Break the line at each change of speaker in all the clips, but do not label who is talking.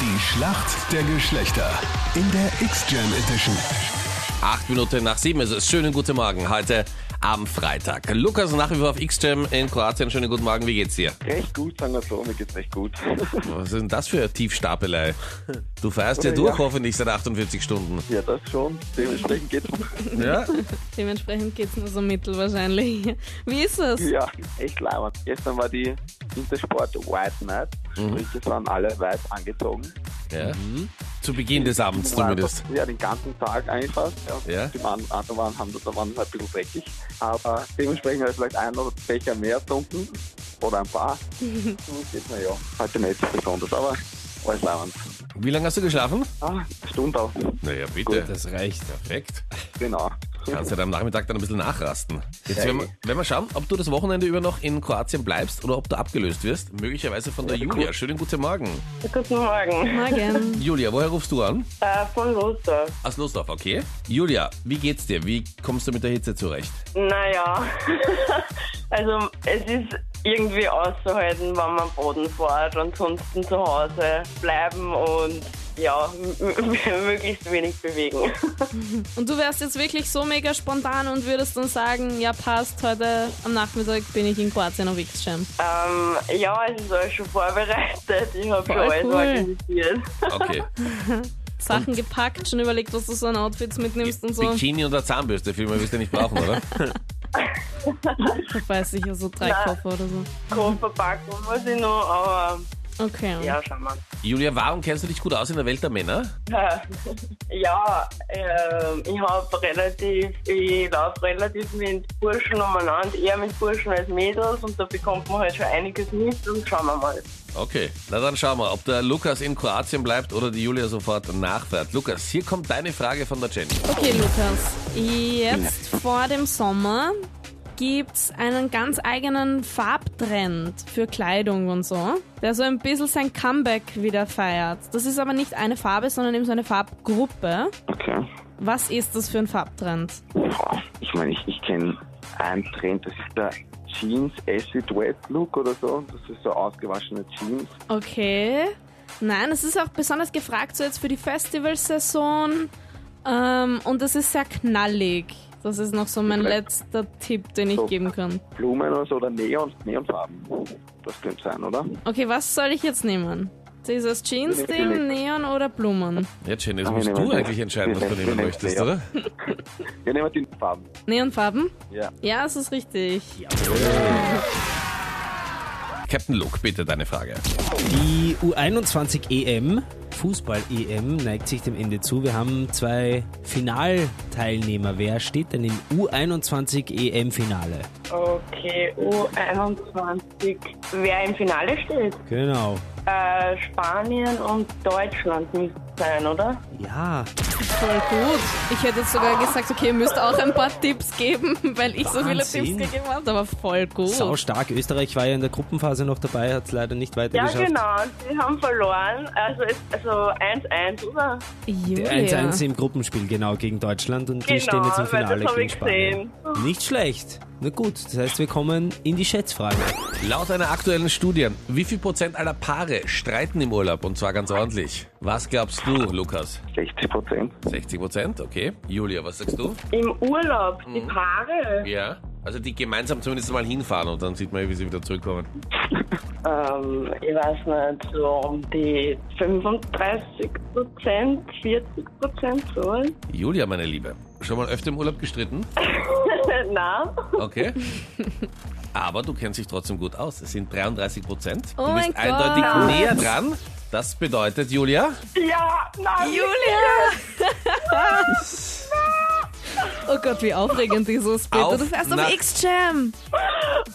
Die Schlacht der Geschlechter in der X-Jam Edition.
Acht Minuten nach sieben ist es. Schönen guten Morgen heute am Freitag. Lukas nach wie vor auf X-Jam in Kroatien. Schönen guten Morgen, wie geht's dir?
Recht gut, sagen wir so, mir geht's recht gut.
Was ist denn das für eine Tiefstapelei? Du feierst ja
Ja.
durch, hoffentlich seit 48 Stunden.
ja, das schon. Dementsprechend geht's mir.
Ja?
Dementsprechend geht es nur so mittel wahrscheinlich. Wie ist es?
Ja, echt lauernd. Gestern war die Intersport White Night. Sprich, es waren alle weiß angezogen.
ja. Zu Beginn des Abends
War
zumindest.
einfach- Ja, den ganzen Tag eigentlich fast. Ja.
Ja.
Die Mann- anderen waren, haben, da waren halt ein bisschen dreckig. Aber dementsprechend habe ich vielleicht einen oder zwei Becher mehr getrunken. Oder ein paar. so geht's mir ja. Heute nicht so besonders, aber alles lauernd.
Wie lange hast du geschlafen?
Ah, Stunde auf.
Naja, bitte.
Das reicht.
Perfekt.
Genau.
Kannst ja dann am Nachmittag dann ein bisschen nachrasten. Jetzt
Ja,
werden
eh.
wir, werden wir schauen, ob du das Wochenende über noch in Kroatien bleibst oder ob du abgelöst wirst. Möglicherweise von der Julia. Schönen guten Morgen.
Guten Morgen,
Morgen.
Julia, woher rufst du an?
äh, von Luther.
Aus Losdorf, okay. Julia, wie geht's dir? Wie kommst du mit der Hitze zurecht?
Naja, also es ist irgendwie auszuhalten, wenn man am Boden fährt, ansonsten zu Hause bleiben und ja, m- m- möglichst wenig bewegen.
Und du wärst jetzt wirklich so mega spontan und würdest dann sagen, ja passt, heute am Nachmittag bin ich in Kroatien auf X-Jam.
ähm, ja, es ist alles schon vorbereitet, ich habe schon
Voll
alles
cool.
organisiert.
Okay.
Sachen gepackt, schon überlegt, was du so an Outfits mitnimmst und so.
Bikini oder Zahnbürste, viel mehr wirst du nicht brauchen, oder?
Ich weiß sicher, so drei
Na.
Koffer oder so.
Koffer packen muss ich noch, aber
Okay.
ja, schauen wir.
Julia, warum kennst du dich gut aus in der Welt der Männer?
Äh, Ja, ähm, ich hab relativ, ich laufe relativ mit Burschen umeinander, eher mit Burschen als Mädels und da bekommt man halt schon einiges mit und schauen wir mal.
Okay, na dann schauen wir, ob der Lukas in Kroatien bleibt oder die Julia sofort nachfährt. Lukas, hier kommt deine Frage von der Jenny.
Okay, Lukas. Jetzt vor dem Sommer gibt's einen ganz eigenen Farbtrend für Kleidung und so, der so ein bisschen sein Comeback wieder feiert. Das ist aber nicht eine Farbe, sondern eben so eine Farbgruppe.
Okay.
Was ist das für ein Farbtrend?
Boah, ich meine, ich, ich kenne einen Trend, das ist der Jeans Acid Wet Look oder so. Das ist so ausgewaschene Jeans.
Okay. Nein, es ist auch besonders gefragt, so jetzt für die Festivalsaison. Ähm, und es ist sehr knallig. Das ist noch so mein letzter Tipp, den ich
So.
geben kann.
Blumen oder so oder Neon, Neonfarben. Das könnte sein, oder?
Okay, was soll ich jetzt nehmen? Dieses Jeans-Ding, Neon oder Blumen?
Ja, Jenny, jetzt
Ah,
musst
nehmen
du
wir-
eigentlich entscheiden, was du
wir- wir
nehmen
nehmen
möchtest,
Leo.
oder?
Wir nehmen die Farben.
Neonfarben?
Ja.
Ja, es ist richtig.
Captain Luke, bitte deine Frage.
Die U21 EM, Fußball EM, neigt sich dem Ende zu. Wir haben zwei Finalteilnehmer. Wer steht denn im E U21 EM Finale?
Okay, U21. Wer im Finale steht?
Genau.
Äh, Spanien und Deutschland müssen sein, oder?
Ja,
Voll gut. Ich hätte jetzt sogar gesagt, okay, ihr müsst auch ein paar Tipps geben, weil ich so viele
Wahnsinn.
Tipps gegeben habe, aber voll gut.
sau stark. Österreich war ja in der Gruppenphase noch dabei, hat es leider nicht
Ja,
weitergeschafft.
genau. Die haben verloren. Also es- also 1-1, oder?
Julia.
1-1 im Gruppenspiel, genau, gegen Deutschland und die
Genau,
stehen jetzt im
weil das
Finale
hab
gegen
ich
Spanien. Nicht schlecht. Na gut, das heißt, wir kommen in die Schätzfrage.
Laut einer aktuellen Studie, wie viel Prozent aller Paare streiten im Urlaub und zwar ganz ordentlich? Was glaubst du, Lukas?
60 Prozent.
60 Prozent, okay. Julia, was sagst du?
Im Urlaub, die Paare.
Ja. Also die gemeinsam zumindest mal hinfahren und dann sieht man, wie sie wieder zurückkommen.
Ähm, ich weiß nicht, so um die 35 Prozent, 40 Prozent so.
Julia, meine Liebe, schon mal öfter im Urlaub gestritten?
Nein,
Okay. Aber du kennst dich trotzdem gut aus. Es sind 33 Prozent.
Oh
du bist
mein
eindeutig
Gott.
näher dran. Das bedeutet, Julia,
ja, nein.
Julia! oh Gott, wie aufregend dieses Bild.
Auf
du fährst
nach-
auf X-Jam.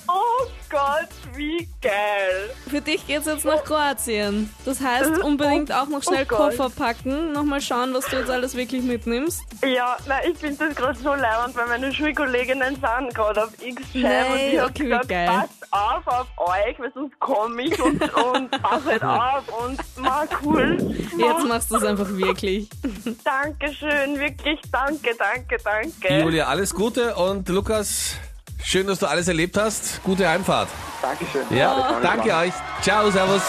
Oh Gott, wie geil.
Für dich geht's jetzt nach Kroatien. Das heißt, unbedingt auch noch schnell
Mhm. oh Gott.
Koffer packen, nochmal schauen, was du jetzt alles wirklich mitnimmst.
Ja, nein, ich finde das gerade so leibend, weil meine Schulkolleginnen sind gerade auf X-Chat
Nein,
und ich hab
okay, wie
gesagt,
geil.
passt auf auf euch, weil sonst komme ich und, und pass halt auf und mach cool. Genau.
Jetzt machst du es einfach wirklich.
Dankeschön, wirklich danke, danke, danke.
Julia, alles Gute und Lukas, schön, dass du alles erlebt hast. Gute Heimfahrt.
Oh.
Dankeschön.
Ja, danke euch. Ciao, servus.